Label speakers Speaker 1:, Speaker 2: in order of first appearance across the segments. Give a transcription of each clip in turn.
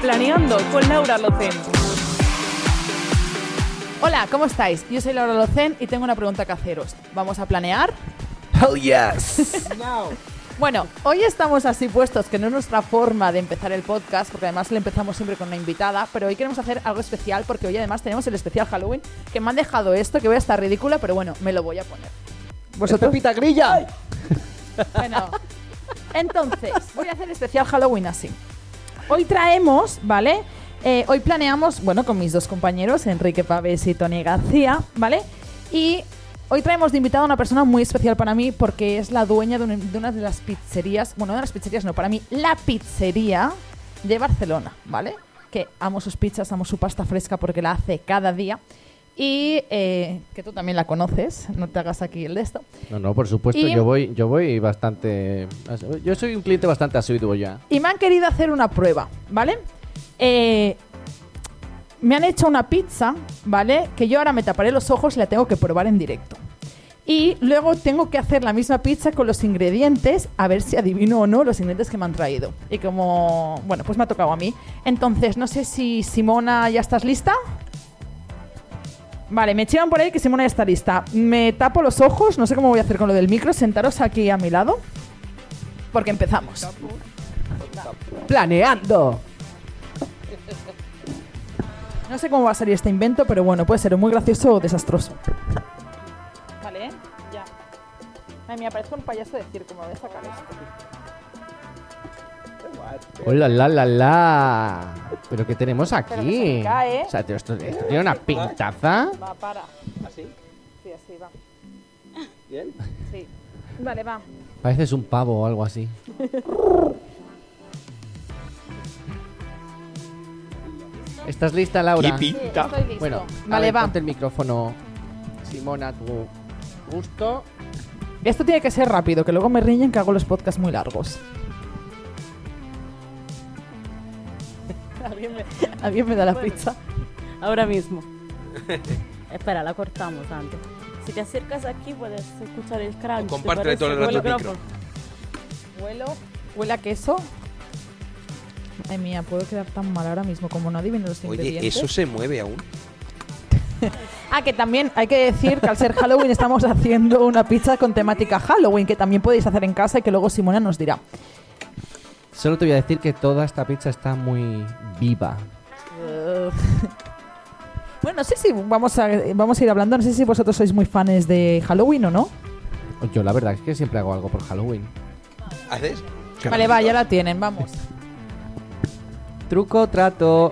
Speaker 1: Planeando con Laura Locen.
Speaker 2: Hola, ¿cómo estáis? Yo soy Laura Locen y tengo una pregunta que haceros. ¿Vamos a planear?
Speaker 3: Hell yes.
Speaker 2: Bueno, hoy estamos así puestos, que no es nuestra forma de empezar el podcast, porque además le empezamos siempre con una invitada, pero hoy queremos hacer algo especial, porque hoy además tenemos el especial Halloween, que me han dejado esto, que voy a estar ridícula, pero bueno, me lo voy a poner.
Speaker 3: ¿Vosotros pita grilla?
Speaker 2: Bueno, entonces, voy a hacer especial Halloween así. Hoy traemos, ¿vale? Eh, hoy planeamos, bueno, con mis dos compañeros, Enrique Pavés y Tony García, ¿vale? Y hoy traemos de invitada a una persona muy especial para mí porque es la dueña de, un- de una de las pizzerías, bueno, de las pizzerías no, para mí, la pizzería de Barcelona, ¿vale? Que amo sus pizzas, amo su pasta fresca porque la hace cada día. Y eh, que tú también la conoces, no te hagas aquí el de esto.
Speaker 4: No, no, por supuesto,
Speaker 2: Y-
Speaker 4: yo voy yo voy bastante... Yo soy un cliente bastante asiduo ya.
Speaker 2: Y me han querido hacer una prueba, ¿vale? Eh, me han hecho una pizza, ¿vale? Que yo ahora me taparé los ojos y la tengo que probar en directo. Y luego tengo que hacer la misma pizza con los ingredientes, a ver si adivino o no los ingredientes que me han traído. Y como, bueno, pues me ha tocado a mí. Entonces, no sé si Simona ya estás lista. Vale, me chivan por ahí que Simona ya está lista. Me tapo los ojos, no sé cómo voy a hacer con lo del micro, sentaros aquí a mi lado. Porque empezamos.
Speaker 3: Planeando.
Speaker 2: No sé cómo va a salir este invento, pero bueno, puede ser muy gracioso o desastroso. Vale, ya. Ay, me parezco un payaso de circo, me voy a sacar esto.
Speaker 4: ¡Hola, la, la, la! ¿Pero qué tenemos aquí?
Speaker 2: me cae. ¿eh?
Speaker 4: O sea, tío, esto, esto tiene una pintaza.
Speaker 2: Va, para.
Speaker 3: ¿Así?
Speaker 2: Sí, así va.
Speaker 3: ¿Bien?
Speaker 2: Sí. Vale, va.
Speaker 4: Pareces un pavo o algo así. ¿Estás lista, Laura?
Speaker 2: estoy listo.
Speaker 4: Bueno, a
Speaker 2: vale,
Speaker 4: ver,
Speaker 2: va.
Speaker 4: ponte el micrófono. Simona, tu gusto.
Speaker 2: Esto tiene que ser rápido, que luego me riñen que hago los podcasts muy largos.
Speaker 5: Alguien me-
Speaker 2: Alguien me da la pizza.
Speaker 5: Ahora mismo. Espera, la cortamos antes. Si te acercas aquí puedes escuchar el crunch.
Speaker 6: compártele
Speaker 5: ¿te parece?
Speaker 6: todo el rato
Speaker 5: Huele
Speaker 6: el micro.
Speaker 5: micrófono.
Speaker 2: Huelo. Huele a queso. Ay mía, puedo quedar tan mal ahora mismo como no adivino los
Speaker 6: Oye,
Speaker 2: ingredientes.
Speaker 6: ¿eso se mueve aún?
Speaker 2: Ah, que también hay que decir que al ser Halloween estamos haciendo una pizza con temática Halloween, que también podéis hacer en casa y que luego Simona nos dirá.
Speaker 4: Solo te voy a decir que toda esta pizza está muy viva.
Speaker 2: bueno, no sé si vamos a, vamos a ir hablando, no sé si vosotros sois muy fans de Halloween o no.
Speaker 4: Yo la verdad es que siempre hago algo por Halloween.
Speaker 6: ¿Haces?
Speaker 2: Vale, va, ya la tienen, vamos.
Speaker 4: Truco, trato.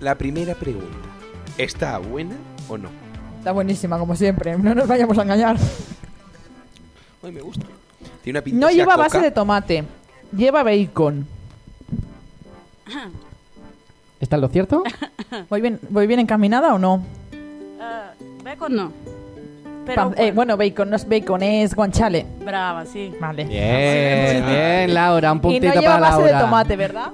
Speaker 6: La primera pregunta. ¿Está buena o no?
Speaker 2: Está buenísima, como siempre, no nos vayamos a engañar.
Speaker 6: Ay, me gusta. Tiene una pinta
Speaker 2: No
Speaker 6: así a
Speaker 2: lleva
Speaker 6: coca.
Speaker 2: base de tomate, lleva bacon.
Speaker 4: ¿Está en lo cierto?
Speaker 2: ¿Voy bien, voy bien encaminada o no?
Speaker 5: Ah, bacon no. Pero
Speaker 2: Pan- eh, bueno, bacon no es bacon, es guanchale.
Speaker 5: brava, sí.
Speaker 2: Vale.
Speaker 4: Bien, bien, Laura. Un
Speaker 2: Y
Speaker 4: puntito
Speaker 2: no lleva
Speaker 4: para
Speaker 2: base
Speaker 4: Laura.
Speaker 2: de tomate, ¿verdad?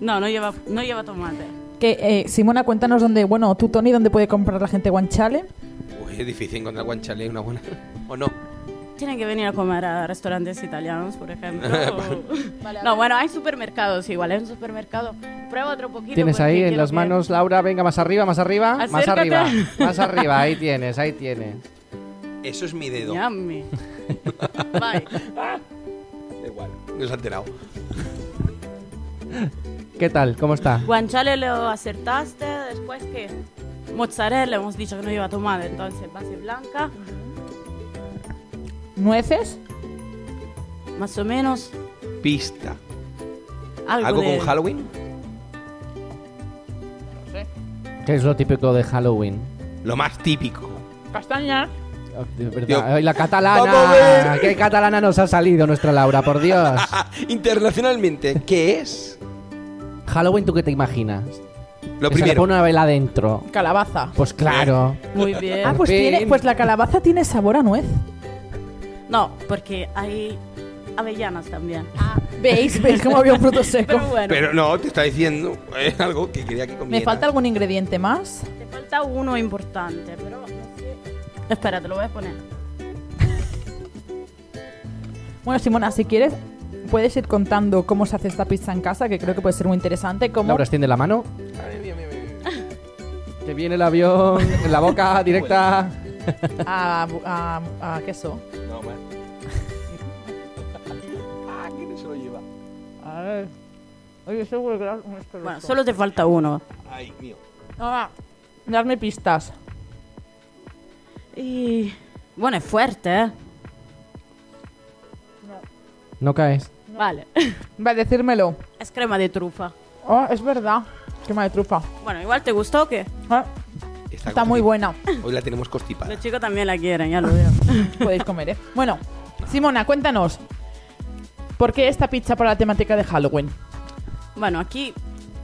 Speaker 5: No, no lleva, no lleva tomate.
Speaker 2: Que, eh, Simona, cuéntanos dónde, bueno, tú, Tony, dónde puede comprar la gente guanchale.
Speaker 6: Uy, es difícil encontrar guanchalé una buena. ¿O no?
Speaker 5: Tienen que venir a comer a restaurantes italianos, por ejemplo. o- no, bueno, hay supermercados igual, hay un supermercado. Prueba otro poquito.
Speaker 4: Tienes
Speaker 5: porque
Speaker 4: ahí en
Speaker 5: quiero
Speaker 4: las
Speaker 5: que-
Speaker 4: manos, Laura. Venga, más arriba, más arriba. Más
Speaker 5: Acércate.
Speaker 4: arriba. Más arriba. Ahí tienes, ahí tienes.
Speaker 6: Eso es mi dedo.
Speaker 5: Yummy. Bye.
Speaker 6: Da igual, no se ha enterado.
Speaker 4: ¿Qué tal? ¿Cómo está?
Speaker 5: Guanchale lo acertaste, después que mozzarella hemos dicho que no lleva tomate, entonces base blanca,
Speaker 2: ¿Nueces?
Speaker 5: más o menos
Speaker 6: Pista.
Speaker 5: algo,
Speaker 6: ¿Algo
Speaker 5: de-
Speaker 6: con Halloween?
Speaker 4: ¿Qué es lo típico de Halloween?
Speaker 6: Lo más típico.
Speaker 2: Castañas.
Speaker 4: Oh, de verdad.
Speaker 6: Tío.
Speaker 4: Ay, la
Speaker 6: Vamos a
Speaker 4: catalana. ¿Qué catalana nos ha salido nuestra Laura? Por Dios.
Speaker 6: Ah, Internacionalmente, ¿qué es?
Speaker 4: Halloween, ¿tú qué te imaginas?
Speaker 6: Lo
Speaker 4: Que Se le
Speaker 6: primero. Eh,
Speaker 4: pone una vela dentro.
Speaker 2: Calabaza.
Speaker 4: Pues claro.
Speaker 5: Muy
Speaker 2: Ah,
Speaker 5: bien.
Speaker 2: pues,
Speaker 4: fin.
Speaker 2: tiene, pues la calabaza tiene sabor a nuez.
Speaker 5: No, porque hay avellanas también.
Speaker 2: ¿Veis? ¿Veis cómo había un fruto seco?
Speaker 5: Pero bueno,
Speaker 6: Pero no, te está diciendo eh, algo que quería que comieras.
Speaker 2: ¿Me falta algún ingrediente más?
Speaker 5: te falta uno importante, pero no sé. Espera, te lo voy a poner.
Speaker 2: Bueno, Simona, si quieres, puedes ir contando cómo se hace esta pizza en casa, que creo que puede ser muy interesante. Cómo...
Speaker 4: Laura extiende la mano.
Speaker 6: Ay, mira, mira, mira.
Speaker 4: Que viene el avión en la boca directa.
Speaker 2: a, a- a queso.
Speaker 6: No, más. ah, ¿quién se lo lleva?
Speaker 2: A ver. Oye, seguro que
Speaker 5: Bueno, solo te falta uno.
Speaker 6: Ay, mío.
Speaker 2: Darme pistas.
Speaker 5: Y. Bueno, es fuerte, ¿eh?
Speaker 4: No caes.
Speaker 5: Vale.
Speaker 2: Vale, decírmelo.
Speaker 5: Es crema de trufa.
Speaker 2: Oh, es verdad. Quema de trufa.
Speaker 5: Bueno, igual te gustó o qué?
Speaker 2: Ah, Está muy
Speaker 6: constipada.
Speaker 2: buena.
Speaker 6: Hoy la tenemos constipada.
Speaker 5: Los chicos también la quieren, ya lo veo.
Speaker 2: Podéis comer, ¿eh? Bueno, Simona, cuéntanos. ¿Por qué esta pizza para la temática de Halloween?
Speaker 5: Bueno, aquí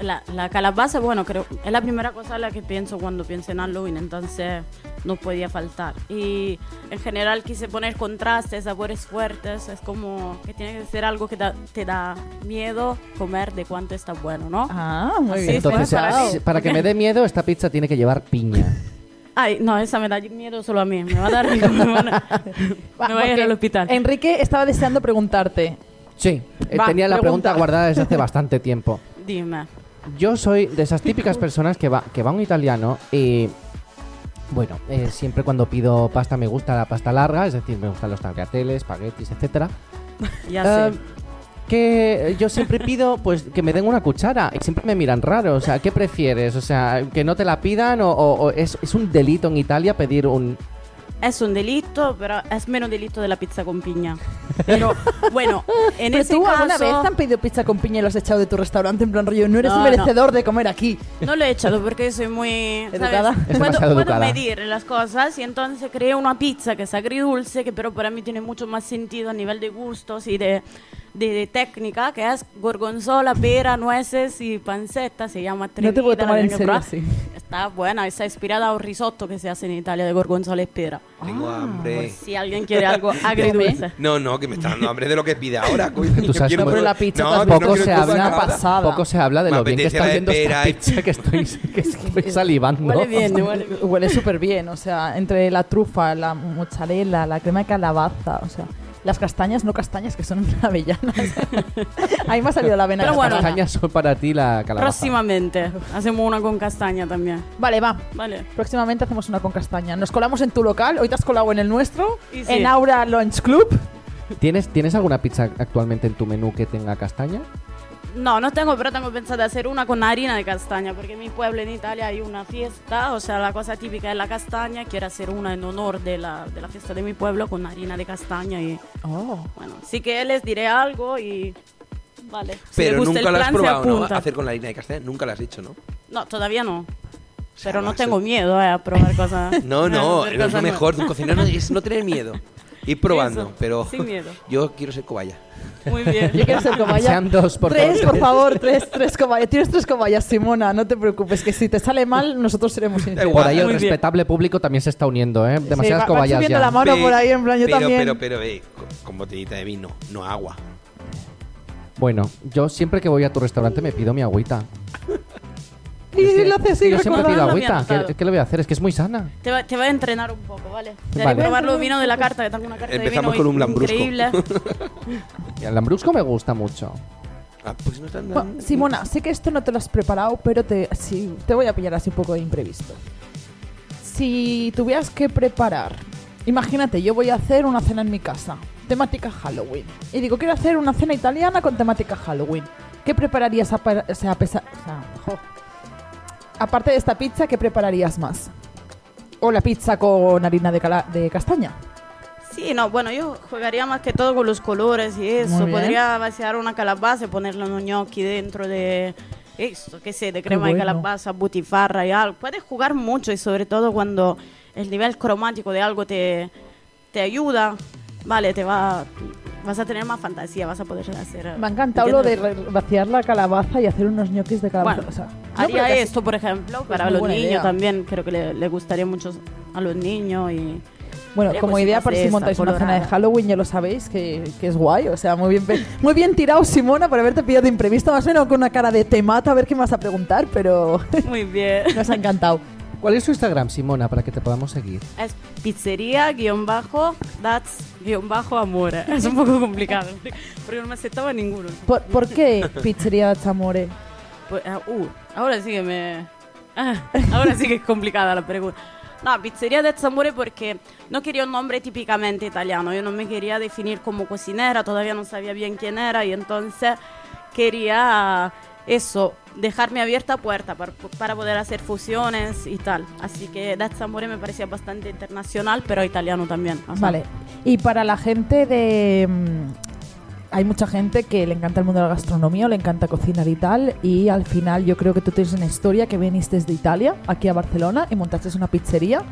Speaker 5: la, la calabaza, bueno, creo, es la primera cosa a la que pienso cuando pienso en Halloween, entonces no podía faltar. Y en general quise poner contrastes, sabores fuertes, es como que tiene que ser algo que da- te da miedo comer de cuánto está bueno, ¿no?
Speaker 2: Ah, muy
Speaker 5: Así
Speaker 2: bien.
Speaker 5: es, bueno,
Speaker 4: Entonces,
Speaker 5: para
Speaker 4: ah,
Speaker 5: mí.
Speaker 4: para que me dé miedo, esta pizza tiene que llevar piña.
Speaker 5: Ay, no, esa me da miedo solo a mí, me va a dar miedo, me, van a-
Speaker 2: Va,
Speaker 5: me voy a ir
Speaker 2: porque
Speaker 5: al hospital.
Speaker 2: Enrique estaba deseando preguntarte.
Speaker 4: Sí, eh,
Speaker 2: Va,
Speaker 4: tenía la pregunta
Speaker 2: pregunta.
Speaker 4: guardada desde hace bastante tiempo.
Speaker 5: Dime.
Speaker 4: Yo soy de esas típicas personas que va, que va a un italiano y. Bueno, eh, siempre cuando pido pasta me gusta la pasta larga, es decir, me gustan los tagliatelles, espaguetis, etcétera.
Speaker 5: Ya sé.
Speaker 2: Um,
Speaker 4: Eh, que yo siempre pido pues que me den una cuchara y siempre me miran raro. O sea, ¿qué prefieres? O sea, que no te la pidan o, o- o es, es un delito en Italia pedir un...
Speaker 5: Es un delito, pero es menos delito de la pizza con piña. Pero bueno, en
Speaker 2: Pero
Speaker 5: ese
Speaker 2: tú
Speaker 5: caso...
Speaker 2: alguna vez te han pedido pizza con piña y lo has echado de tu restaurante en plan rollo, no eres
Speaker 5: No,
Speaker 2: merecedor de comer aquí.
Speaker 5: No lo he echado porque soy muy... ¿sabes?
Speaker 2: Educada. Es
Speaker 5: Puedo-
Speaker 4: demasiado
Speaker 5: puedo,
Speaker 4: educada.
Speaker 5: medir las cosas y entonces creé una pizza que es agridulce, que pero para mí tiene mucho más sentido a nivel de gustos y de, de- de técnica, que es gorgonzola, pera, nueces y panceta, se llama
Speaker 2: No te puedo
Speaker 5: atrevida, la
Speaker 2: tomar en
Speaker 5: tengo
Speaker 2: serio
Speaker 5: probada.
Speaker 2: así.
Speaker 5: Está buena, está inspirada a un risotto que se hace en Italia de gorgonzola y pera.
Speaker 6: Tengo
Speaker 2: Ah,
Speaker 5: Por
Speaker 2: pues
Speaker 6: hambre.
Speaker 5: si alguien quiere algo agridulce.
Speaker 6: No, no, que me está dando hambre de lo que pide ahora. coño.
Speaker 4: Tú
Speaker 6: Yo
Speaker 4: sabes
Speaker 6: quiero-
Speaker 4: que- No, pero
Speaker 2: la pizza
Speaker 6: No,
Speaker 2: te has
Speaker 6: pero
Speaker 2: visto
Speaker 4: poco,
Speaker 6: quiero
Speaker 4: se
Speaker 2: que
Speaker 6: cosas
Speaker 2: es una
Speaker 4: habla,
Speaker 6: raras.
Speaker 2: pasada.
Speaker 4: poco se habla de
Speaker 6: Me
Speaker 4: lo bien que
Speaker 6: apetece la
Speaker 4: está
Speaker 6: de
Speaker 4: viendo esta
Speaker 6: pera y-
Speaker 4: pizza que estoy, que estoy salivando.
Speaker 5: Huele bien, huele bien.
Speaker 2: Huele súper bien, o sea, entre la trufa, la mozzarella, la crema de calabaza, o sea, las castañas, no castañas, que son avellanas. Ahí me ha salido la vena.
Speaker 5: Pero
Speaker 4: Las
Speaker 5: bueno,
Speaker 2: castaña.
Speaker 4: castañas son para ti la calabaza.
Speaker 5: Próximamente hacemos una con castaña también.
Speaker 2: Vale, va.
Speaker 5: Vale.
Speaker 2: Próximamente hacemos una con castaña. Nos colamos en tu local, hoy te has colado en el nuestro,
Speaker 5: Y sí.
Speaker 2: en Aura Lunch Club.
Speaker 4: ¿Tienes, ¿Tienes alguna pizza actualmente en tu menú que tenga castaña?
Speaker 5: No, no tengo, pero tengo pensado hacer una con harina de castaña, porque en mi pueblo en Italia hay una fiesta, o sea, la cosa típica es la castaña, quiero hacer una en honor de la, de la fiesta de mi pueblo con harina de castaña y bueno, sí que les diré algo y vale. Si les
Speaker 6: Pero
Speaker 5: gusta el
Speaker 6: nunca la has
Speaker 5: plan, se
Speaker 6: probado, ¿no?
Speaker 5: apuntan.
Speaker 6: Hacer con la harina de castaña, nunca la has hecho, ¿no?
Speaker 5: No, todavía no,
Speaker 6: O sea,
Speaker 5: pero no
Speaker 6: vas a-
Speaker 5: tengo miedo eh, a probar cosas.
Speaker 6: No, no,
Speaker 5: a hacer
Speaker 6: es lo
Speaker 5: cosas nuevas.
Speaker 6: mejor de un cocinero es no tener miedo. Ir probando,
Speaker 5: Eso,
Speaker 6: pero
Speaker 5: sin miedo.
Speaker 6: yo quiero ser cobaya.
Speaker 5: Muy bien.
Speaker 2: Yo quiero ser
Speaker 4: Que
Speaker 2: cobaya.
Speaker 4: sean dos, por
Speaker 2: tres,
Speaker 4: favor.
Speaker 2: por favor, tres, tres cobayas. Tienes tres cobayas, Simona, no te preocupes, que si te sale mal, nosotros seremos sinceros.
Speaker 4: Por ahí el
Speaker 5: Muy bien.
Speaker 4: respetable público también se está uniendo, ¿eh? Demasiadas
Speaker 2: Sí, va- van
Speaker 4: cobayas
Speaker 2: subiendo
Speaker 4: ya.
Speaker 2: la mano
Speaker 6: Pe-
Speaker 2: por ahí, en plan, yo
Speaker 6: pero,
Speaker 2: también.
Speaker 6: Pero, pero, eh, con, con botellita de vino, no agua.
Speaker 4: Bueno, yo siempre que voy a tu restaurante me pido mi agüita.
Speaker 2: Y
Speaker 4: Es que
Speaker 2: lo hace así,
Speaker 4: Yo siempre
Speaker 2: recordando.
Speaker 4: pido
Speaker 5: No me
Speaker 4: agüita.
Speaker 5: han dado.
Speaker 4: ¿Qué, qué le voy a hacer? Es que es muy sana.
Speaker 5: Te va, te va a entrenar un poco, ¿vale? Te haré
Speaker 4: Vale.
Speaker 5: probar los vinos de la carta, que tengo una carta
Speaker 6: Empezamos
Speaker 5: de
Speaker 6: con
Speaker 5: vino
Speaker 6: un lambrusco.
Speaker 5: increíble.
Speaker 4: Y El lambrusco me gusta mucho.
Speaker 6: Ah, pues no están
Speaker 2: Bueno, Simona, sé que esto no te lo has preparado, pero te, sí, te voy a pillar así un poco de imprevisto. Si tuvieras que preparar, imagínate, yo voy a hacer una cena en mi casa, temática Halloween. Y digo, quiero hacer una cena italiana con temática Halloween. ¿Qué prepararías a, par- o sea, a pesar- o sea, jo. aparte de esta pizza, qué prepararías más? O la pizza con harina de, cala- de castaña.
Speaker 5: Sí, no, bueno, yo jugaría más que todo con los colores y eso.
Speaker 2: Muy bien.
Speaker 5: Podría vaciar una calabaza, ponerle unos gnocchi dentro de esto, qué sé, de
Speaker 2: Qué
Speaker 5: crema de
Speaker 2: bueno.
Speaker 5: calabaza, butifarra y algo. Puedes jugar mucho y sobre todo cuando el nivel cromático de algo te, te ayuda, vale, te va, vas a tener más fantasía, vas a poder hacer...
Speaker 2: Me ha encantado lo de
Speaker 5: ¿entiendes?
Speaker 2: re- vaciar la calabaza y hacer unos ñoquis de calabaza.
Speaker 5: Bueno,
Speaker 2: o sea, yo creo
Speaker 5: Haría
Speaker 2: que así-
Speaker 5: esto, por ejemplo, para
Speaker 2: muy
Speaker 5: los
Speaker 2: buena
Speaker 5: niños
Speaker 2: idea.
Speaker 5: también, creo que le, le gustaría mucho a los niños y...
Speaker 2: Bueno,
Speaker 5: Haré
Speaker 2: como
Speaker 5: cositas
Speaker 2: idea para
Speaker 5: de
Speaker 2: si
Speaker 5: esas,
Speaker 2: montáis una cena de
Speaker 5: coloradas.
Speaker 2: Halloween, ya lo sabéis, que, que es guay. O sea, muy bien, pe- muy bien tirado, Simona, por haberte pillado de imprevisto. Más o menos con una cara de te mato, a ver qué me vas a preguntar, pero
Speaker 5: Muy bien.
Speaker 2: nos ha encantado.
Speaker 4: ¿Cuál es tu Instagram, Simona, para que te podamos seguir?
Speaker 5: Es pizzería guión bajo that's guión bajo amore. Es un poco complicado. Porque no me aceptaba ninguno.
Speaker 2: ¿Por, por qué pizzería Chamore?
Speaker 5: Pues, ah, uh, ahora sí que me. Ah, ahora sí que es complicada la pregunta. No, pizzería del amore porque no quería un nombre típicamente italiano. Yo no me quería definir como cocinera, todavía no sabía bien quién era y entonces quería eso, dejarme abierta puerta para, para poder hacer fusiones y tal. Así que That's Amore me parecía bastante internacional, pero italiano también. o sea.
Speaker 2: Vale. Y para la gente de. mm, Hay mucha gente que le encanta el mundo de la gastronomía, o le encanta cocinar y tal. Y al final, yo creo que tú tienes una historia que viniste desde Italia, aquí a Barcelona, y montaste una pizzería.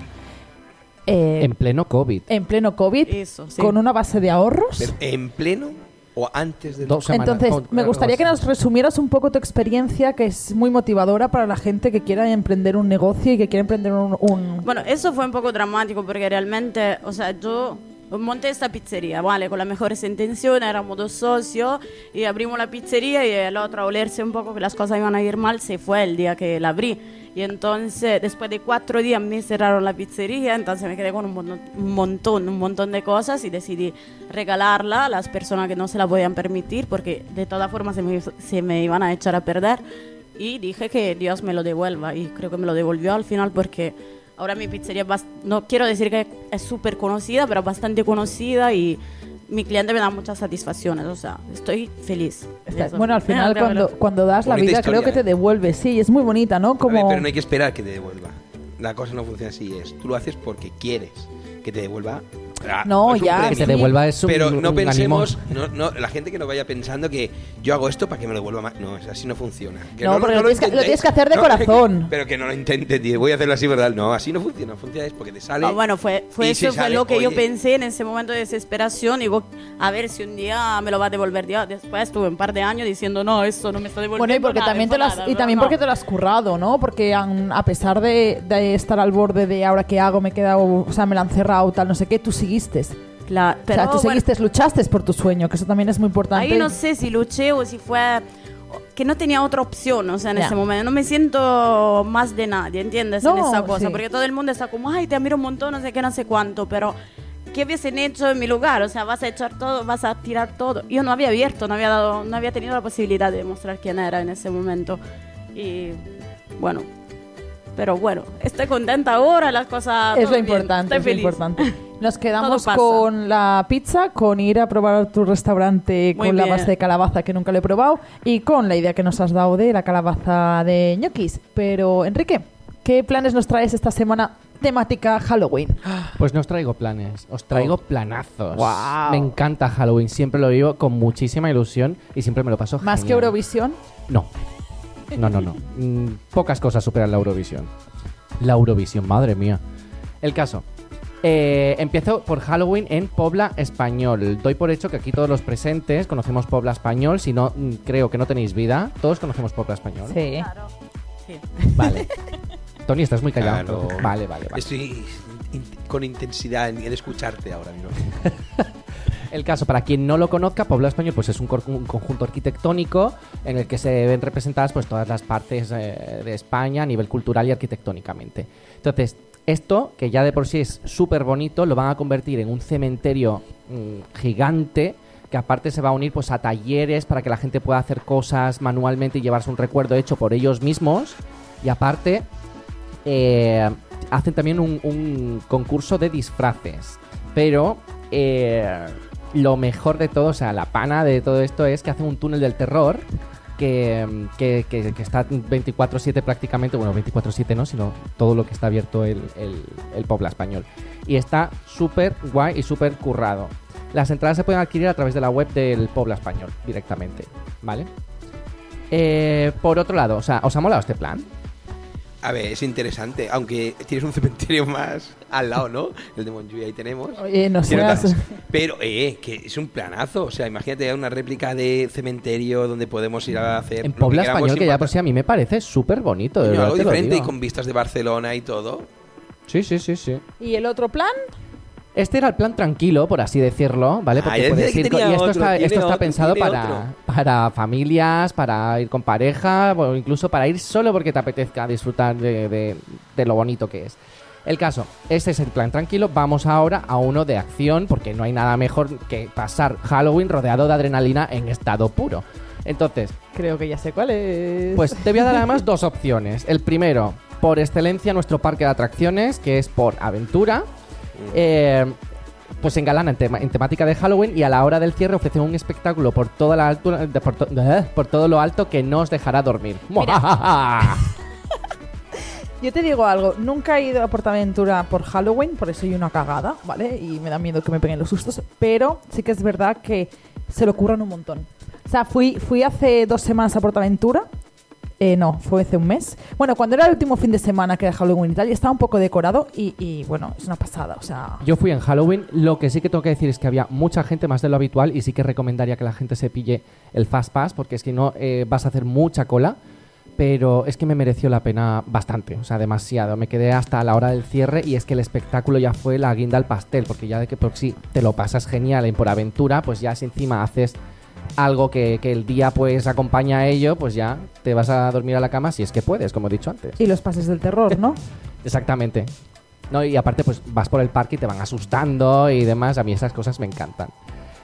Speaker 2: eh,
Speaker 4: En pleno COVID.
Speaker 2: en pleno COVID,
Speaker 5: Eso, sí.
Speaker 2: con una base de ahorros.
Speaker 6: Pero, ¿En pleno o antes del.?
Speaker 4: Dos semanas.
Speaker 2: eh,
Speaker 4: Oh,
Speaker 2: Entonces,
Speaker 4: con-
Speaker 2: me gustaría que
Speaker 4: algo
Speaker 2: nos
Speaker 4: así.
Speaker 2: resumieras un poco tu experiencia, que es muy motivadora para la gente que quiera emprender un negocio y que quiera emprender un... un-
Speaker 5: Bueno, eso fue un poco dramático porque realmente, o sea, yo monté esta pizzería, ¿vale? Con las mejores intenciones, éramos dos socios y abrimos la pizzería y el otro a olerse un poco que las cosas iban a ir mal se fue el día que la abrí. Y entonces, después de cuatro días me cerraron la pizzería, entonces me quedé con un mono- un montón, un montón de cosas y decidí regalarla a las personas que no se la podían permitir porque de todas formas se me, se me iban a echar a perder. Y dije que Dios me lo devuelva y creo que me lo devolvió al final porque ahora mi pizzería es bas- no quiero decir que es súper conocida, pero bastante conocida y mi cliente me da muchas satisfacciones, o sea, estoy feliz.
Speaker 2: Está-
Speaker 5: Eso. Ah,
Speaker 2: bueno, al final
Speaker 5: Mira, mira,
Speaker 2: cuando,
Speaker 5: mira.
Speaker 2: cuando das la
Speaker 6: Bonita
Speaker 2: vida
Speaker 6: historia,
Speaker 2: creo que te
Speaker 6: ¿eh?
Speaker 2: devuelve, sí, es muy bonita, ¿no?
Speaker 6: A ver,
Speaker 2: Como
Speaker 6: pero no hay que esperar que te devuelva. La cosa no funciona así. Es tú lo haces porque quieres que te devuelva. Ah,
Speaker 2: No,
Speaker 6: es un
Speaker 2: ya,
Speaker 6: premio.
Speaker 4: Que te devuelva es un-
Speaker 6: Pero no
Speaker 4: un
Speaker 6: pensemos,
Speaker 4: animal.
Speaker 6: no, no, la gente que no vaya pensando que yo hago esto para que me lo devuelva más. No, es así no funciona. Que
Speaker 2: No, porque lo tienes que- lo
Speaker 6: intentéis.
Speaker 2: tienes que hacer de corazón.
Speaker 6: Pero que no lo intentes, tío. Voy a hacerlo así, ¿verdad? No, así no funciona. Funciona es porque te sale.
Speaker 5: Ah, bueno, fue, fue
Speaker 6: y si
Speaker 5: eso fue
Speaker 6: sale,
Speaker 5: lo que yo
Speaker 6: oye,
Speaker 5: pensé en ese momento de desesperación. Digo, a ver si un día me lo va a devolver. Dios, después tuve un par de años diciendo, no, eso no me está devolviendo.
Speaker 2: Bueno, y porque
Speaker 5: nada,
Speaker 2: también
Speaker 5: fue
Speaker 2: te lo has,
Speaker 5: nada,
Speaker 2: y
Speaker 5: no,
Speaker 2: también
Speaker 5: no".
Speaker 2: porque te lo has currado, ¿no? Porque aun- a pesar de, de estar al borde de ahora qué hago, me he quedado, o sea, me la han cerrado, tal, no sé qué, tú seguiste.
Speaker 5: Cla- pero,
Speaker 2: o sea, tú
Speaker 5: bueno,
Speaker 2: seguiste, luchaste por tu sueño, que eso también es muy importante.
Speaker 5: Ahí no sé si luché o si fue que no tenía otra opción, o sea, en
Speaker 2: Ya.
Speaker 5: ese momento no me siento más de nadie, ¿entiendes? en
Speaker 2: No,
Speaker 5: esa
Speaker 2: sí.
Speaker 5: cosa, porque todo el mundo está como, ay, te admiro un montón, no sé qué, no sé cuánto, pero ¿qué hubiesen hecho en mi lugar? O sea, vas a echar todo, vas a tirar todo. Yo no había abierto, no había dado, no había tenido la posibilidad de demostrar quién era en ese momento. Y bueno, pero bueno, estoy contenta ahora, las cosas
Speaker 2: Es
Speaker 5: Ah, todo
Speaker 2: lo
Speaker 5: bien,
Speaker 2: importante,
Speaker 5: estoy
Speaker 2: es lo
Speaker 5: feliz.
Speaker 2: importante. Nos quedamos
Speaker 5: Todo pasa.
Speaker 2: con la pizza, con ir a probar tu restaurante
Speaker 5: Muy
Speaker 2: con la
Speaker 5: bien.
Speaker 2: base de calabaza que nunca lo he probado y con la idea que nos has dado de la calabaza de ñoquis. Pero, Enrique, ¿qué planes nos traes esta semana temática Halloween?
Speaker 4: Pues no os traigo planes, os traigo planazos.
Speaker 2: Oh. Guau.
Speaker 4: Me encanta Halloween, siempre lo vivo con muchísima ilusión y siempre me lo paso
Speaker 2: Más que
Speaker 4: genial.
Speaker 2: Eurovisión,
Speaker 4: No, no, no, no. Mm, Pocas cosas superan la Eurovisión. La Eurovisión, madre mía. El caso. Eh, empiezo por Halloween en Pobla Español. Doy por hecho que aquí todos los presentes conocemos Pobla Español. Si no, mm, creo que no tenéis vida. Todos conocemos Pobla Español.
Speaker 2: sí.
Speaker 5: Sí.
Speaker 4: Vale. Tony, estás muy callado.
Speaker 6: Claro.
Speaker 4: Vale, vale, vale.
Speaker 6: Estoy in- con intensidad en en escucharte ahora mismo.
Speaker 4: El caso, para quien no lo conozca, Puebla Español pues es un, cor- un conjunto arquitectónico en el que se ven representadas pues todas las partes eh, de España a nivel cultural y arquitectónicamente. Entonces, esto, que ya de por sí es súper bonito, lo van a convertir en un cementerio mm, gigante que aparte se va a unir pues a talleres para que la gente pueda hacer cosas manualmente y llevarse un recuerdo hecho por ellos mismos. Y aparte, eh, hacen también un, un concurso de disfraces. Pero eh, lo mejor de todo, o sea, la pana de todo esto es que hacen un túnel del terror que, mm, que- que- que está 24-7 prácticamente, bueno, 24-7 no, sino todo lo que está abierto el, el, el Pobla Español. Y está súper guay y súper currado. Las entradas se pueden adquirir a través de la web del Pobla Español directamente, ¿vale? Eh, por otro lado, o sea, ¿os ha molado este plan?
Speaker 6: A ver, es interesante, aunque tienes un cementerio más al lado, ¿no? El de Montjuïc ahí tenemos.
Speaker 2: Oye, no
Speaker 6: Tiene
Speaker 2: seas-
Speaker 6: otras. Pero, eh, que es un planazo. O sea, imagínate una réplica de cementerio donde podemos ir a hacer.
Speaker 4: En
Speaker 6: Eh, lo
Speaker 4: Pobla
Speaker 6: queramos
Speaker 4: Español,
Speaker 6: sin
Speaker 4: que ya por
Speaker 6: pagar.
Speaker 4: sí a mí me parece súper bonito. de
Speaker 6: Coño,
Speaker 4: verdad
Speaker 6: algo
Speaker 4: te lo
Speaker 6: diferente y
Speaker 4: digo.
Speaker 6: con vistas de Barcelona y todo.
Speaker 4: Sí, sí, sí, sí.
Speaker 2: ¿Y el otro plan?
Speaker 4: Este era el plan tranquilo, por así decirlo, ¿vale?
Speaker 6: Ah, ya
Speaker 4: Porque
Speaker 6: decía
Speaker 4: puedes
Speaker 6: que
Speaker 4: ir con-
Speaker 6: tenía
Speaker 4: y esto
Speaker 6: otro,
Speaker 4: está,
Speaker 6: tiene
Speaker 4: esto está
Speaker 6: otro,
Speaker 4: pensado
Speaker 6: tiene
Speaker 4: para,
Speaker 6: otro.
Speaker 4: para familias, para ir con pareja, o incluso para ir solo porque te apetezca disfrutar de, de- de lo bonito que es. El caso, este es el plan tranquilo, vamos ahora a uno de acción, porque no hay nada mejor que pasar Halloween rodeado de adrenalina en estado puro. Entonces,
Speaker 2: Creo que ya sé cuál es.
Speaker 4: pues te voy a dar además dos opciones. El primero, por excelencia, nuestro parque de atracciones, que es por aventura. Eh, pues engalana en, tema- en temática de Halloween y a la hora del cierre ofrece un espectáculo por toda la altura, de- por, to- por todo lo alto que no os dejará dormir.
Speaker 2: Yo te digo algo, nunca he ido a Portaventura por Halloween, por eso soy una cagada, ¿vale? Y me da miedo que me peguen los sustos, pero sí que es verdad que se lo curran un montón. O sea, fui, fui hace dos semanas a Portaventura, eh, no, fue hace un mes. Bueno, cuando era el último fin de semana que era Halloween y tal, y estaba un poco decorado y, y, bueno, es una pasada, o sea...
Speaker 4: Yo fui en Halloween, lo que sí que tengo que decir es que había mucha gente más de lo habitual y sí que recomendaría que la gente se pille el Fast Pass porque es que no eh, vas a hacer mucha cola, pero es que me mereció la pena bastante, o sea, demasiado. Me quedé hasta la hora del cierre y es que el espectáculo ya fue la guinda al pastel, porque ya de que por sí te lo pasas genial en por aventura, pues ya si encima haces algo que, que el día pues acompaña a ello, pues ya te vas a dormir a la cama si es que puedes, como he dicho antes.
Speaker 2: Y los pases del terror, ¿no?
Speaker 4: Exactamente. No, y aparte, pues vas por el parque y te van asustando y demás. A mí esas cosas me encantan.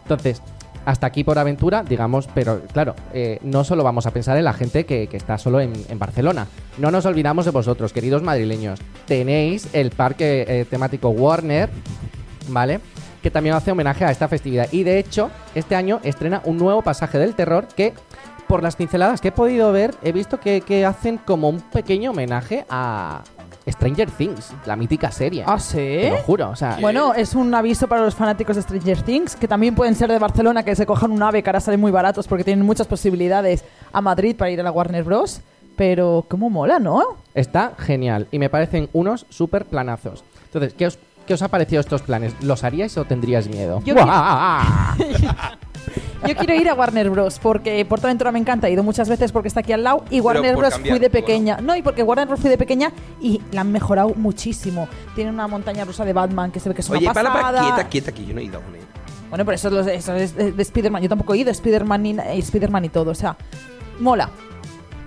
Speaker 4: Entonces, hasta aquí por aventura, digamos, pero claro, eh, no solo vamos a pensar en la gente que, que está solo en, en Barcelona. No nos olvidamos de vosotros, queridos madrileños. Tenéis el parque eh, temático Warner, ¿vale? Que también hace homenaje a esta festividad. Y de hecho, este año estrena un nuevo pasaje del terror que, por las pinceladas que he podido ver, he visto que, que hacen como un pequeño homenaje a Stranger Things, la mítica serie.
Speaker 2: Ah, sí.
Speaker 4: Te lo juro, o sea.
Speaker 2: Bueno, es un aviso para los fanáticos de Stranger Things, que también pueden ser de Barcelona, que se cojan un ave, que ahora salen muy baratos porque tienen muchas posibilidades a Madrid para ir a la Warner Bros. Pero cómo mola, ¿no?
Speaker 4: Está genial y me parecen unos súper planazos. Entonces, ¿qué os, qué os ha parecido estos planes? ¿Los haríais o tendríais miedo? ah,
Speaker 2: Yo
Speaker 4: ¡Guau!
Speaker 2: Yo quiero ir a Warner Bros. porque Portaventura me encanta, he ido muchas veces porque está aquí al lado y Warner
Speaker 6: por
Speaker 2: Bros.
Speaker 6: cambiar
Speaker 2: fui de
Speaker 6: un poco,
Speaker 2: pequeña. No, y porque Warner Bros. fui de pequeña y la han mejorado muchísimo. Tiene una montaña rusa de Batman que se ve que es una
Speaker 6: Oye, para,
Speaker 2: pasada.
Speaker 6: para, quieta, quieta, que yo no he ido aún. eh.
Speaker 2: Bueno, pero eso es, los- eso es de, de Spider-Man. Yo tampoco he ido a Spider-Man y, y Spider-Man y todo. O sea, mola.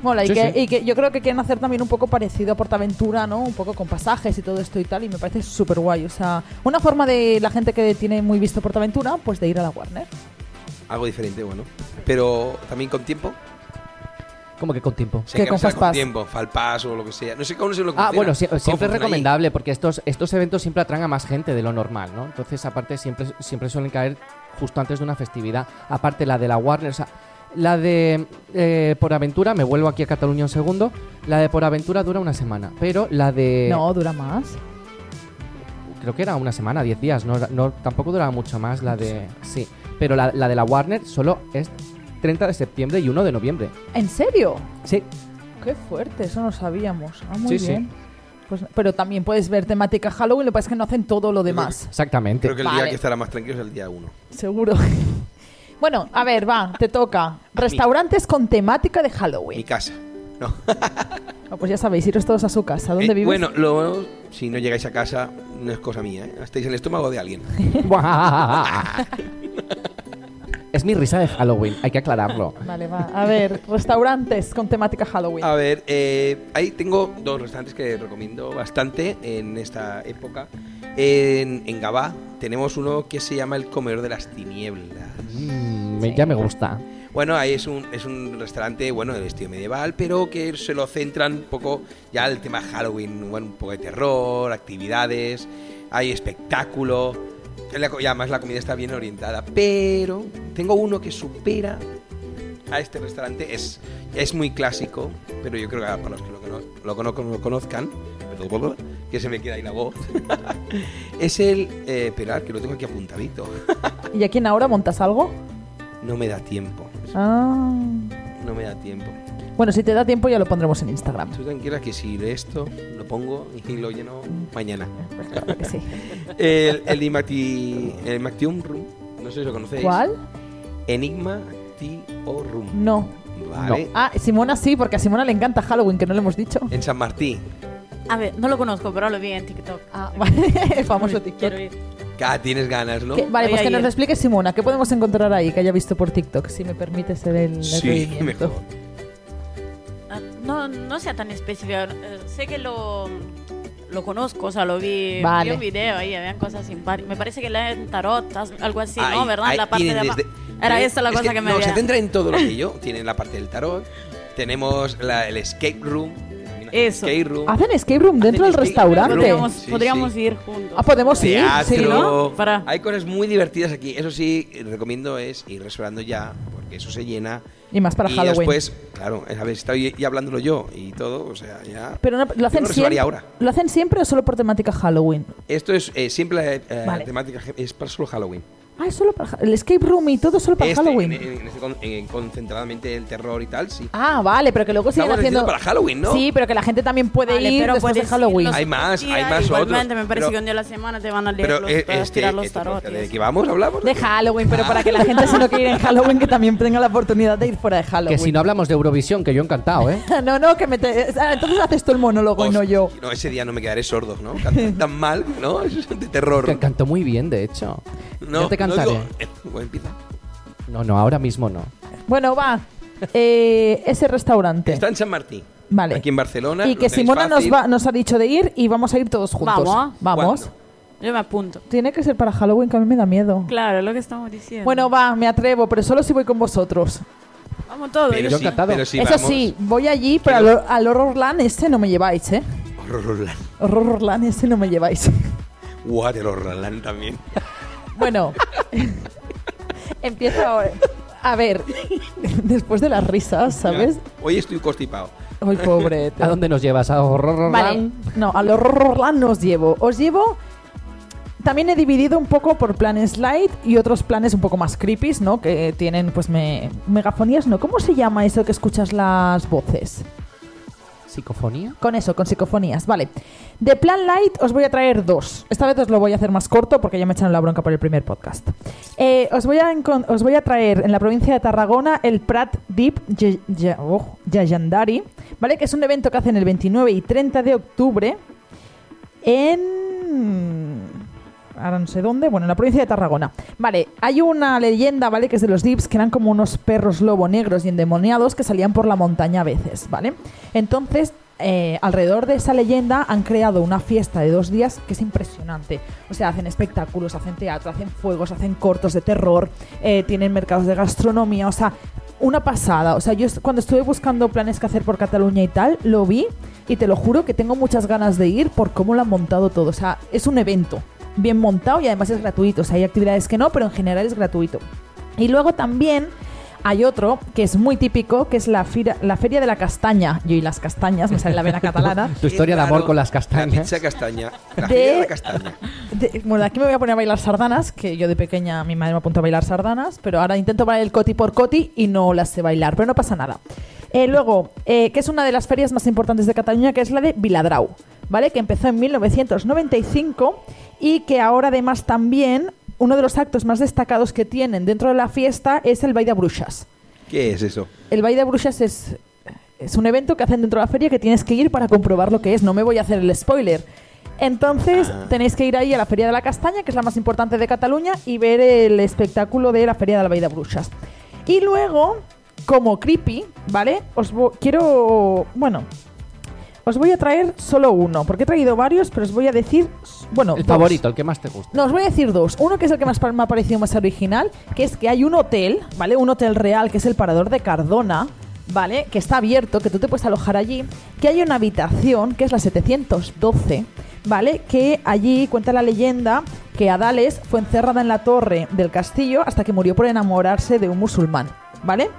Speaker 2: Mola. Y,
Speaker 4: Sí,
Speaker 2: que,
Speaker 4: sí.
Speaker 2: y que yo creo que quieren hacer también un poco parecido a Portaventura, ¿no? Un poco con pasajes y todo esto y tal. Y me parece súper guay. O sea, una forma de la gente que tiene muy visto Portaventura, pues de ir a la Warner.
Speaker 6: Algo diferente, bueno. Pero también con tiempo.
Speaker 4: Como que con tiempo.
Speaker 6: Se
Speaker 2: Que
Speaker 6: hay
Speaker 2: con
Speaker 6: avisar
Speaker 2: Fast Pass.
Speaker 6: tiempo, Falpas o lo que sea. No sé cómo se lo
Speaker 4: Ah,
Speaker 6: funciona,
Speaker 4: bueno, sie-
Speaker 6: cómo
Speaker 4: siempre es
Speaker 6: funciona ahí.
Speaker 4: recomendable porque estos, estos eventos siempre atraen a más gente de lo normal, ¿no? Entonces, aparte, siempre, siempre suelen caer justo antes de una festividad. Aparte, la de la Warner, o sea, la de eh, Por Aventura, me vuelvo aquí a Cataluña un segundo, la de Por Aventura dura una semana, pero la de...
Speaker 2: no, dura más.
Speaker 4: creo que era una semana, 10 días, no, no- tampoco duraba mucho más la de... Sí, pero la, la de la Warner solo es 30 de septiembre y 1 de noviembre.
Speaker 2: ¿En serio?
Speaker 4: Sí,
Speaker 2: Qué fuerte, eso no sabíamos. Ah, muy
Speaker 4: Sí, sí.
Speaker 2: bien. Pues- pero también puedes ver temática Halloween, lo que pasa es que no hacen todo lo
Speaker 6: creo
Speaker 2: demás.
Speaker 4: exactamente.
Speaker 6: Creo que el día
Speaker 2: Vale.
Speaker 6: que estará más tranquilo es el día 1.
Speaker 2: Seguro. Bueno, a ver, va, te toca. Restaurantes con temática de
Speaker 6: Mi
Speaker 2: Halloween.
Speaker 6: casa. No.
Speaker 2: No, pues ya sabéis, iros todos a su casa. ¿Dónde
Speaker 6: Eh,
Speaker 2: vives?
Speaker 6: Bueno, lo- si no llegáis a casa, no es cosa mía. ¿eh? Estáis en el estómago de alguien.
Speaker 4: es mi risa de Halloween, hay que aclararlo.
Speaker 2: Vale, va. A ver, restaurantes con temática Halloween.
Speaker 6: A ver, eh, ahí tengo dos restaurantes que recomiendo bastante en esta época. En, en Gabá tenemos uno que se llama El Comedor de las Tinieblas.
Speaker 4: Mm, me- Ya me gusta.
Speaker 6: Bueno, ahí es un, es un restaurante, bueno, de estilo medieval, pero que se lo centran un poco ya al tema Halloween, bueno, un poco de terror, actividades, hay espectáculo. La co- Y además la comida está bien orientada, pero tengo uno que supera a este restaurante. Es, es muy clásico, pero yo creo que para los que lo, cono- lo cono- lo conozcan, que se me queda ahí la voz, es el... Eh, esperad, que lo tengo aquí apuntadito.
Speaker 2: ¿Y aquí en ahora montas algo?
Speaker 6: No me da tiempo,
Speaker 2: Ah.
Speaker 6: no me da tiempo.
Speaker 2: Bueno, si te da tiempo ya lo pondremos en Instagram.
Speaker 6: Tú tranquila que si de esto lo pongo y lo lleno mañana.
Speaker 2: Claro que sí.
Speaker 6: El, el, Imati- el Mactiumrum, no sé si lo conocéis.
Speaker 2: ¿Cuál?
Speaker 6: Enigma Tiorum.
Speaker 2: No.
Speaker 6: Vale.
Speaker 2: Ah, Simona sí, porque a Simona le encanta Halloween, que no le hemos dicho.
Speaker 6: En San Martín.
Speaker 5: A ver, no lo conozco, pero lo vi en TikTok.
Speaker 2: Ah, vale. El famoso TikTok.
Speaker 5: Ah. Quiero ir.
Speaker 6: Cada tienes ganas, ¿no?
Speaker 2: Que- vale,
Speaker 5: Voy
Speaker 2: pues
Speaker 5: a
Speaker 2: que nos
Speaker 5: ir.
Speaker 2: lo explique Simona. ¿Qué podemos encontrar ahí que haya visto por TikTok? Si me permite ser el
Speaker 6: Sí,
Speaker 2: requerimiento.
Speaker 6: mejor.
Speaker 5: Ah, No, no sea tan específica. Eh, Sé que lo, lo conozco, o sea, lo vi,
Speaker 2: Vale.
Speaker 5: vi un video ahí, habían cosas simpáticas. Me parece que leen tarot, as- algo así, ¿no?
Speaker 6: Ahí-
Speaker 5: ¿Verdad?
Speaker 6: ahí
Speaker 5: la parte de
Speaker 6: tienen
Speaker 5: abajo.
Speaker 6: desde- eh,
Speaker 5: Era esa la
Speaker 6: Es
Speaker 5: cosa que, me
Speaker 6: No,
Speaker 5: había...
Speaker 6: se centra en todo lo que yo. Tienen la parte del tarot, tenemos la- el escape room.
Speaker 5: Eso.
Speaker 6: Escape room.
Speaker 2: Hacen escape room dentro del
Speaker 6: escape
Speaker 2: restaurante.
Speaker 5: Podríamos,
Speaker 6: Sí,
Speaker 5: podríamos
Speaker 6: sí.
Speaker 5: ir juntos.
Speaker 2: Ah, podemos ir,
Speaker 6: teatro.
Speaker 2: sí, ¿no?
Speaker 5: ¿no? Para-
Speaker 6: Hay cosas muy divertidas aquí. Eso sí, recomiendo es ir reservando ya, porque eso se llena.
Speaker 2: Y más para
Speaker 6: y
Speaker 2: Halloween.
Speaker 6: después, claro, a ver, estoy ya hablándolo yo y todo, o sea, ya.
Speaker 2: Pero no-
Speaker 6: yo
Speaker 2: lo hacen
Speaker 6: reservaría
Speaker 2: siempre.
Speaker 6: ahora.
Speaker 2: ¿Lo hacen siempre o solo por temática Halloween?
Speaker 6: Esto es eh, siempre la, eh, la
Speaker 2: Vale.
Speaker 6: temática es para solo Halloween.
Speaker 2: Ah, es solo para ja- el escape room y todo solo para
Speaker 6: Este,
Speaker 2: Halloween.
Speaker 6: en- en este con- en- concentradamente el terror y tal, sí.
Speaker 2: Ah, vale, pero que luego siguen
Speaker 6: Estamos
Speaker 2: haciendo
Speaker 6: diciendo para Halloween, ¿no?
Speaker 2: Sí, pero que la gente también puede
Speaker 5: Vale,
Speaker 2: ir
Speaker 5: pero
Speaker 2: después de
Speaker 5: puedes ir
Speaker 2: Halloween.
Speaker 5: los
Speaker 6: Hay más,
Speaker 5: otros
Speaker 6: hay
Speaker 5: días,
Speaker 6: más
Speaker 5: Igualmente,
Speaker 6: otros,
Speaker 5: me parece
Speaker 6: pero-
Speaker 5: que un día a la semana te van a leer
Speaker 6: Pero
Speaker 5: los,
Speaker 6: eh,
Speaker 5: para
Speaker 6: este,
Speaker 5: tirar los
Speaker 6: este,
Speaker 5: tarot. y
Speaker 6: ¿de
Speaker 5: eso.
Speaker 6: qué vamos? ¿Hablamos?
Speaker 2: De Halloween, pero para que la gente si no quiere ir en Halloween que también tenga la oportunidad de ir fuera de Halloween.
Speaker 4: Que si no hablamos de Eurovisión, que yo encantado, ¿eh?
Speaker 2: no, no, que me te- Ah, entonces haces tú el monólogo y no yo.
Speaker 6: No, ese día no me quedaré sordo, ¿no? Cantan tan mal, ¿no? Es de terror.
Speaker 4: Que cantó muy bien, de hecho.
Speaker 6: no,
Speaker 4: ya te
Speaker 6: no
Speaker 4: cantaré.
Speaker 6: digo- Bueno, empieza.
Speaker 4: No, no, ahora mismo no.
Speaker 2: Bueno, va. Eh, ese restaurante.
Speaker 6: Está en San Martín.
Speaker 2: Vale.
Speaker 6: Aquí en Barcelona.
Speaker 2: Y
Speaker 6: lo
Speaker 2: que
Speaker 6: tenéis
Speaker 2: Simona nos,
Speaker 6: fácil.
Speaker 2: va- nos ha dicho de ir y vamos a ir todos juntos.
Speaker 5: Vamos.
Speaker 2: Vamos.
Speaker 6: ¿Cuándo?
Speaker 5: Yo me apunto.
Speaker 2: Tiene que ser para Halloween que a mí me da miedo.
Speaker 5: Claro, lo que estamos diciendo.
Speaker 2: Bueno, va, me atrevo, pero solo si voy con vosotros.
Speaker 5: vamos todos.
Speaker 6: Pero
Speaker 4: Yo
Speaker 6: sí,
Speaker 4: encantado.
Speaker 6: pero sí,
Speaker 2: Eso
Speaker 6: vamos.
Speaker 2: sí, voy allí, pero al, al Horrorland ese no me lleváis, ¿eh?
Speaker 6: Horrorland.
Speaker 2: Horrorland ese no me lleváis.
Speaker 6: What, el Horrorland también.
Speaker 2: Bueno, empiezo ahora. A ver, después de las risas, ¿sabes?
Speaker 6: Hoy estoy constipado.
Speaker 2: Ay, pobre.
Speaker 4: ¿A dónde nos llevas? ¿A Horror
Speaker 2: Vale, no, al Horrorland no os llevo. Os llevo... También he dividido un poco por planes light y otros planes un poco más creepy, ¿no? Que tienen, pues, me- megafonías, ¿no? ¿Cómo se llama eso que escuchas las voces?
Speaker 4: ¿Psicofonía?
Speaker 2: Con eso, con psicofonías, vale. De plan light os voy a traer dos. Esta vez os lo voy a hacer más corto porque ya me echaron la bronca por el primer podcast. Eh, os, voy a encon- os voy a traer en la provincia de Tarragona el Prat Deep Ye- Ye- oh, Yayandari, ¿vale? Que es un evento que hacen el 29 y 30 de octubre en... Ahora no sé dónde, bueno, en la provincia de Tarragona. Vale, hay una leyenda, ¿vale? Que es de los Dips, que eran como unos perros lobo negros y endemoniados que salían por la montaña a veces, ¿vale? Entonces, eh, alrededor de esa leyenda han creado una fiesta de dos días que es impresionante. O sea, hacen espectáculos, hacen teatro, hacen fuegos, hacen cortos de terror, eh, tienen mercados de gastronomía, o sea, una pasada. O sea, yo est- cuando estuve buscando planes que hacer por Cataluña y tal, lo vi y te lo juro que tengo muchas ganas de ir por cómo lo han montado todo. O sea, es un evento bien montado y además es gratuito. O sea, hay actividades que no, pero en general es gratuito. Y luego también hay otro que es muy típico, que es la, fira- la Feria de la Castaña. Yo y las castañas, me sale la vena catalana.
Speaker 4: Tu historia de amor con las
Speaker 6: La
Speaker 4: castañas.
Speaker 6: pizza castaña. La
Speaker 2: De-
Speaker 6: de... de la castaña.
Speaker 2: De- bueno, aquí me voy a poner a bailar sardanas, que yo de pequeña mi madre me apuntó a bailar sardanas, pero ahora intento bailar el coti por coti y no las sé bailar, pero no pasa nada. Eh, luego, eh, que es una de las ferias más importantes de Cataluña, que es la de Viladrau, ¿vale? Que empezó en 1995 y que ahora además también uno de los actos más destacados que tienen dentro de la fiesta es el baile de brujas.
Speaker 6: ¿Qué es eso?
Speaker 2: El baile de brujas es, es un evento que hacen dentro de la feria que tienes que ir para comprobar lo que es. No me voy a hacer el spoiler. Entonces
Speaker 4: Ah.
Speaker 2: tenéis que ir ahí a la Feria de la Castaña, que es la más importante de Cataluña, y ver el espectáculo de la Feria de la Bahía de Brujas. Y luego, como creepy, ¿vale? Os vo- quiero... Bueno, os voy a traer solo uno, porque he traído varios, pero os voy a decir... Bueno,
Speaker 4: El
Speaker 2: dos.
Speaker 4: favorito, el que más te gusta.
Speaker 2: No, os voy a decir dos. Uno que es el que más pa- me ha parecido más original, que es que hay un hotel, ¿vale? Un hotel real, que es el Parador de Cardona, ¿vale? Que está abierto, que tú te puedes alojar allí, que hay una habitación, que es la 712, ¿vale? Que allí cuenta la leyenda que Adales fue encerrada en la torre del castillo hasta que murió por enamorarse de un musulmán, ¿vale?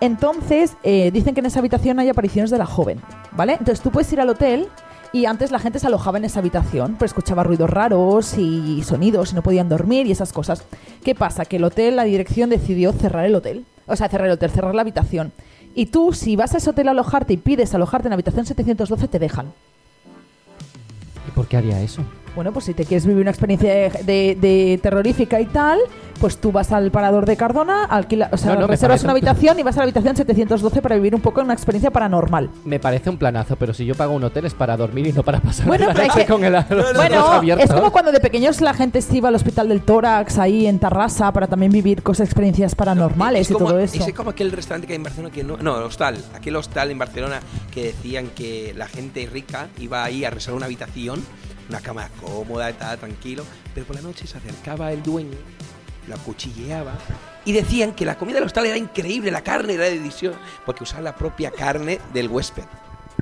Speaker 2: Entonces, eh, dicen que en esa habitación hay apariciones de la joven, ¿vale? Entonces tú puedes ir al hotel y antes la gente se alojaba en esa habitación, pero escuchaba ruidos raros y sonidos y no podían dormir y esas cosas. ¿Qué pasa? Que el hotel, la dirección decidió cerrar el hotel. O sea, cerrar el hotel, cerrar la habitación. Y tú, si vas a ese hotel a alojarte y pides alojarte en la habitación 712, te dejan.
Speaker 4: ¿Y por qué haría eso?
Speaker 2: Bueno, pues si te quieres vivir una experiencia de, de- de terrorífica y tal, pues tú vas al parador de Cardona, alquila, o sea,
Speaker 4: No, no, me
Speaker 2: reservas
Speaker 4: parece
Speaker 2: una
Speaker 4: un-
Speaker 2: habitación y vas a la habitación 712 para vivir un poco una experiencia paranormal.
Speaker 4: Me parece un planazo, pero si yo pago un hotel es para dormir y no para pasar
Speaker 2: Bueno,
Speaker 4: la
Speaker 2: pero hay
Speaker 4: noche
Speaker 2: que-
Speaker 4: con el los ojos
Speaker 2: Bueno,
Speaker 4: abiertos.
Speaker 2: es como cuando de pequeños la gente se iba al hospital del tórax ahí en Tarrasa para también vivir cosas, experiencias paranormales
Speaker 6: Es como,
Speaker 2: y este todo eso.
Speaker 6: Es como aquel restaurante que hay en Barcelona que no. No, el hostal. Aquel hostal en Barcelona que decían que la gente rica iba ahí a reservar una habitación, una cama cómoda, estaba tranquilo. Pero por la noche se acercaba el dueño, lo acuchilleaba. Y decían que la comida del hostal era increíble, la carne era deliciosa, porque usaba la propia carne del huésped.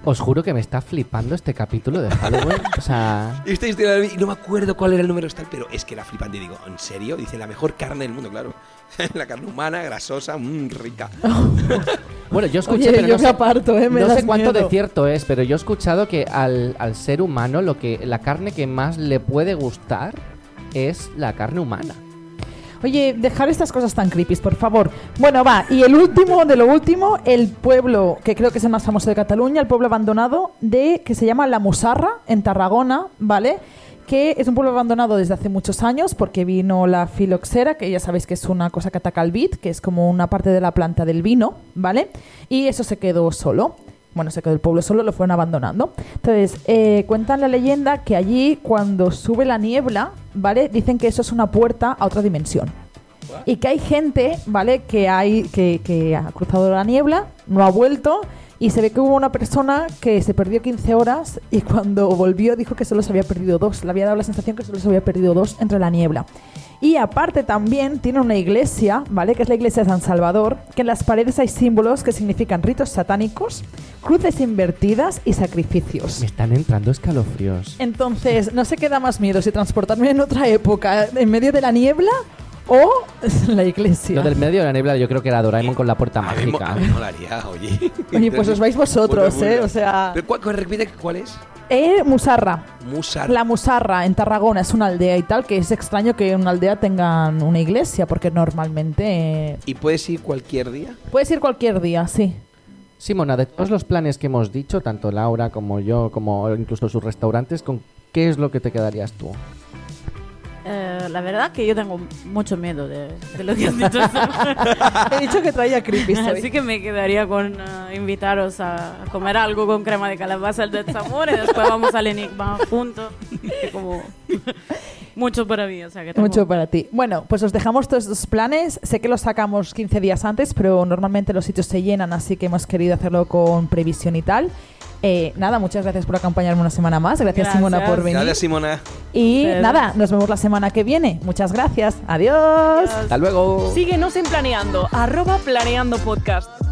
Speaker 4: Os juro que me está flipando este capítulo de Halloween. O sea,
Speaker 6: Y esta historia la vi, y no me acuerdo cuál era el número hostal, pero es que era flipante. Y digo, ¿en serio? Dice, la mejor carne del mundo, claro. la carne humana, grasosa, mmm, rica.
Speaker 4: bueno, yo escuché,
Speaker 2: Oye,
Speaker 4: pero
Speaker 2: yo
Speaker 4: no
Speaker 2: me
Speaker 4: sé,
Speaker 2: aparto, ¿eh? Me
Speaker 4: no
Speaker 2: das
Speaker 4: sé cuánto
Speaker 2: miedo.
Speaker 4: de cierto es, pero yo he escuchado que al, al ser humano lo que la carne que más le puede gustar es la carne humana.
Speaker 2: Oye, dejar estas cosas tan creepy, por favor. Bueno, va, y el último de lo último, el pueblo que creo que es el más famoso de Cataluña, el pueblo abandonado de que se llama La Musarra en Tarragona, ¿vale? Que es un pueblo abandonado desde hace muchos años porque vino la filoxera, que ya sabéis que es una cosa que ataca al vid, que es como una parte de la planta del vino, ¿vale? Y eso se quedó solo bueno, se quedó el pueblo solo, lo fueron abandonando. Entonces, eh, cuentan la leyenda que allí, cuando sube la niebla, ¿vale? Dicen que eso es una puerta a otra dimensión. Y que hay gente, ¿vale? Que, hay, que, que ha cruzado la niebla, no ha vuelto, y se ve que hubo una persona que se perdió 15 horas y cuando volvió dijo que solo se había perdido dos. Le había dado la sensación que solo se había perdido dos entre la niebla. Y aparte también tiene una iglesia, ¿vale? Que es la iglesia de San Salvador, que en las paredes hay símbolos que significan ritos satánicos, cruces invertidas y sacrificios.
Speaker 4: Me están entrando escalofríos.
Speaker 2: Entonces, no sé qué da más miedo, si transportarme en otra época, en medio de la niebla o la iglesia.
Speaker 4: Lo del medio de la niebla yo creo que era Doraemon con la puerta
Speaker 6: A mí mo-
Speaker 4: mágica.
Speaker 6: a mí molaría, oye.
Speaker 2: Oye, pues os vais vosotros,
Speaker 6: Bueno,
Speaker 2: ¿eh?
Speaker 6: bueno.
Speaker 2: O sea-
Speaker 6: Pero cuál, cuál- repite cuál es?
Speaker 2: Eh, Musarra.
Speaker 6: Musar.
Speaker 2: La Musarra en Tarragona es una aldea y tal, que es extraño que en una aldea tengan una iglesia, porque normalmente... eh,
Speaker 6: ¿Y puedes ir cualquier día?
Speaker 2: puedes ir cualquier día, sí.
Speaker 4: Simona, de todos los planes que hemos dicho, tanto Laura como yo, como incluso sus restaurantes, ¿con qué es lo que te quedarías tú?
Speaker 5: Eh, la verdad que yo tengo mucho miedo de, de lo que has dicho.
Speaker 2: He dicho que traía creepy hoy.
Speaker 5: Así que me quedaría con eh, invitaros a comer algo con crema de calabaza al desamor y después vamos al enigma juntos. Que como mucho para mí, o sea que tengo-
Speaker 2: Mucho para ti. Bueno, pues os dejamos todos estos planes. Sé que los sacamos 15 días antes, pero normalmente los sitios se llenan, así que hemos querido hacerlo con previsión y tal. Eh, nada, muchas gracias por acompañarme una semana más. Gracias,
Speaker 5: Gracias.
Speaker 2: Simona, por venir.
Speaker 6: Gracias, Simona.
Speaker 2: Y
Speaker 5: Pero-
Speaker 2: nada, nos vemos la semana que viene. Muchas gracias. Adiós.
Speaker 6: Hasta luego.
Speaker 1: Síguenos en Planeando, arroba Planeando Podcast.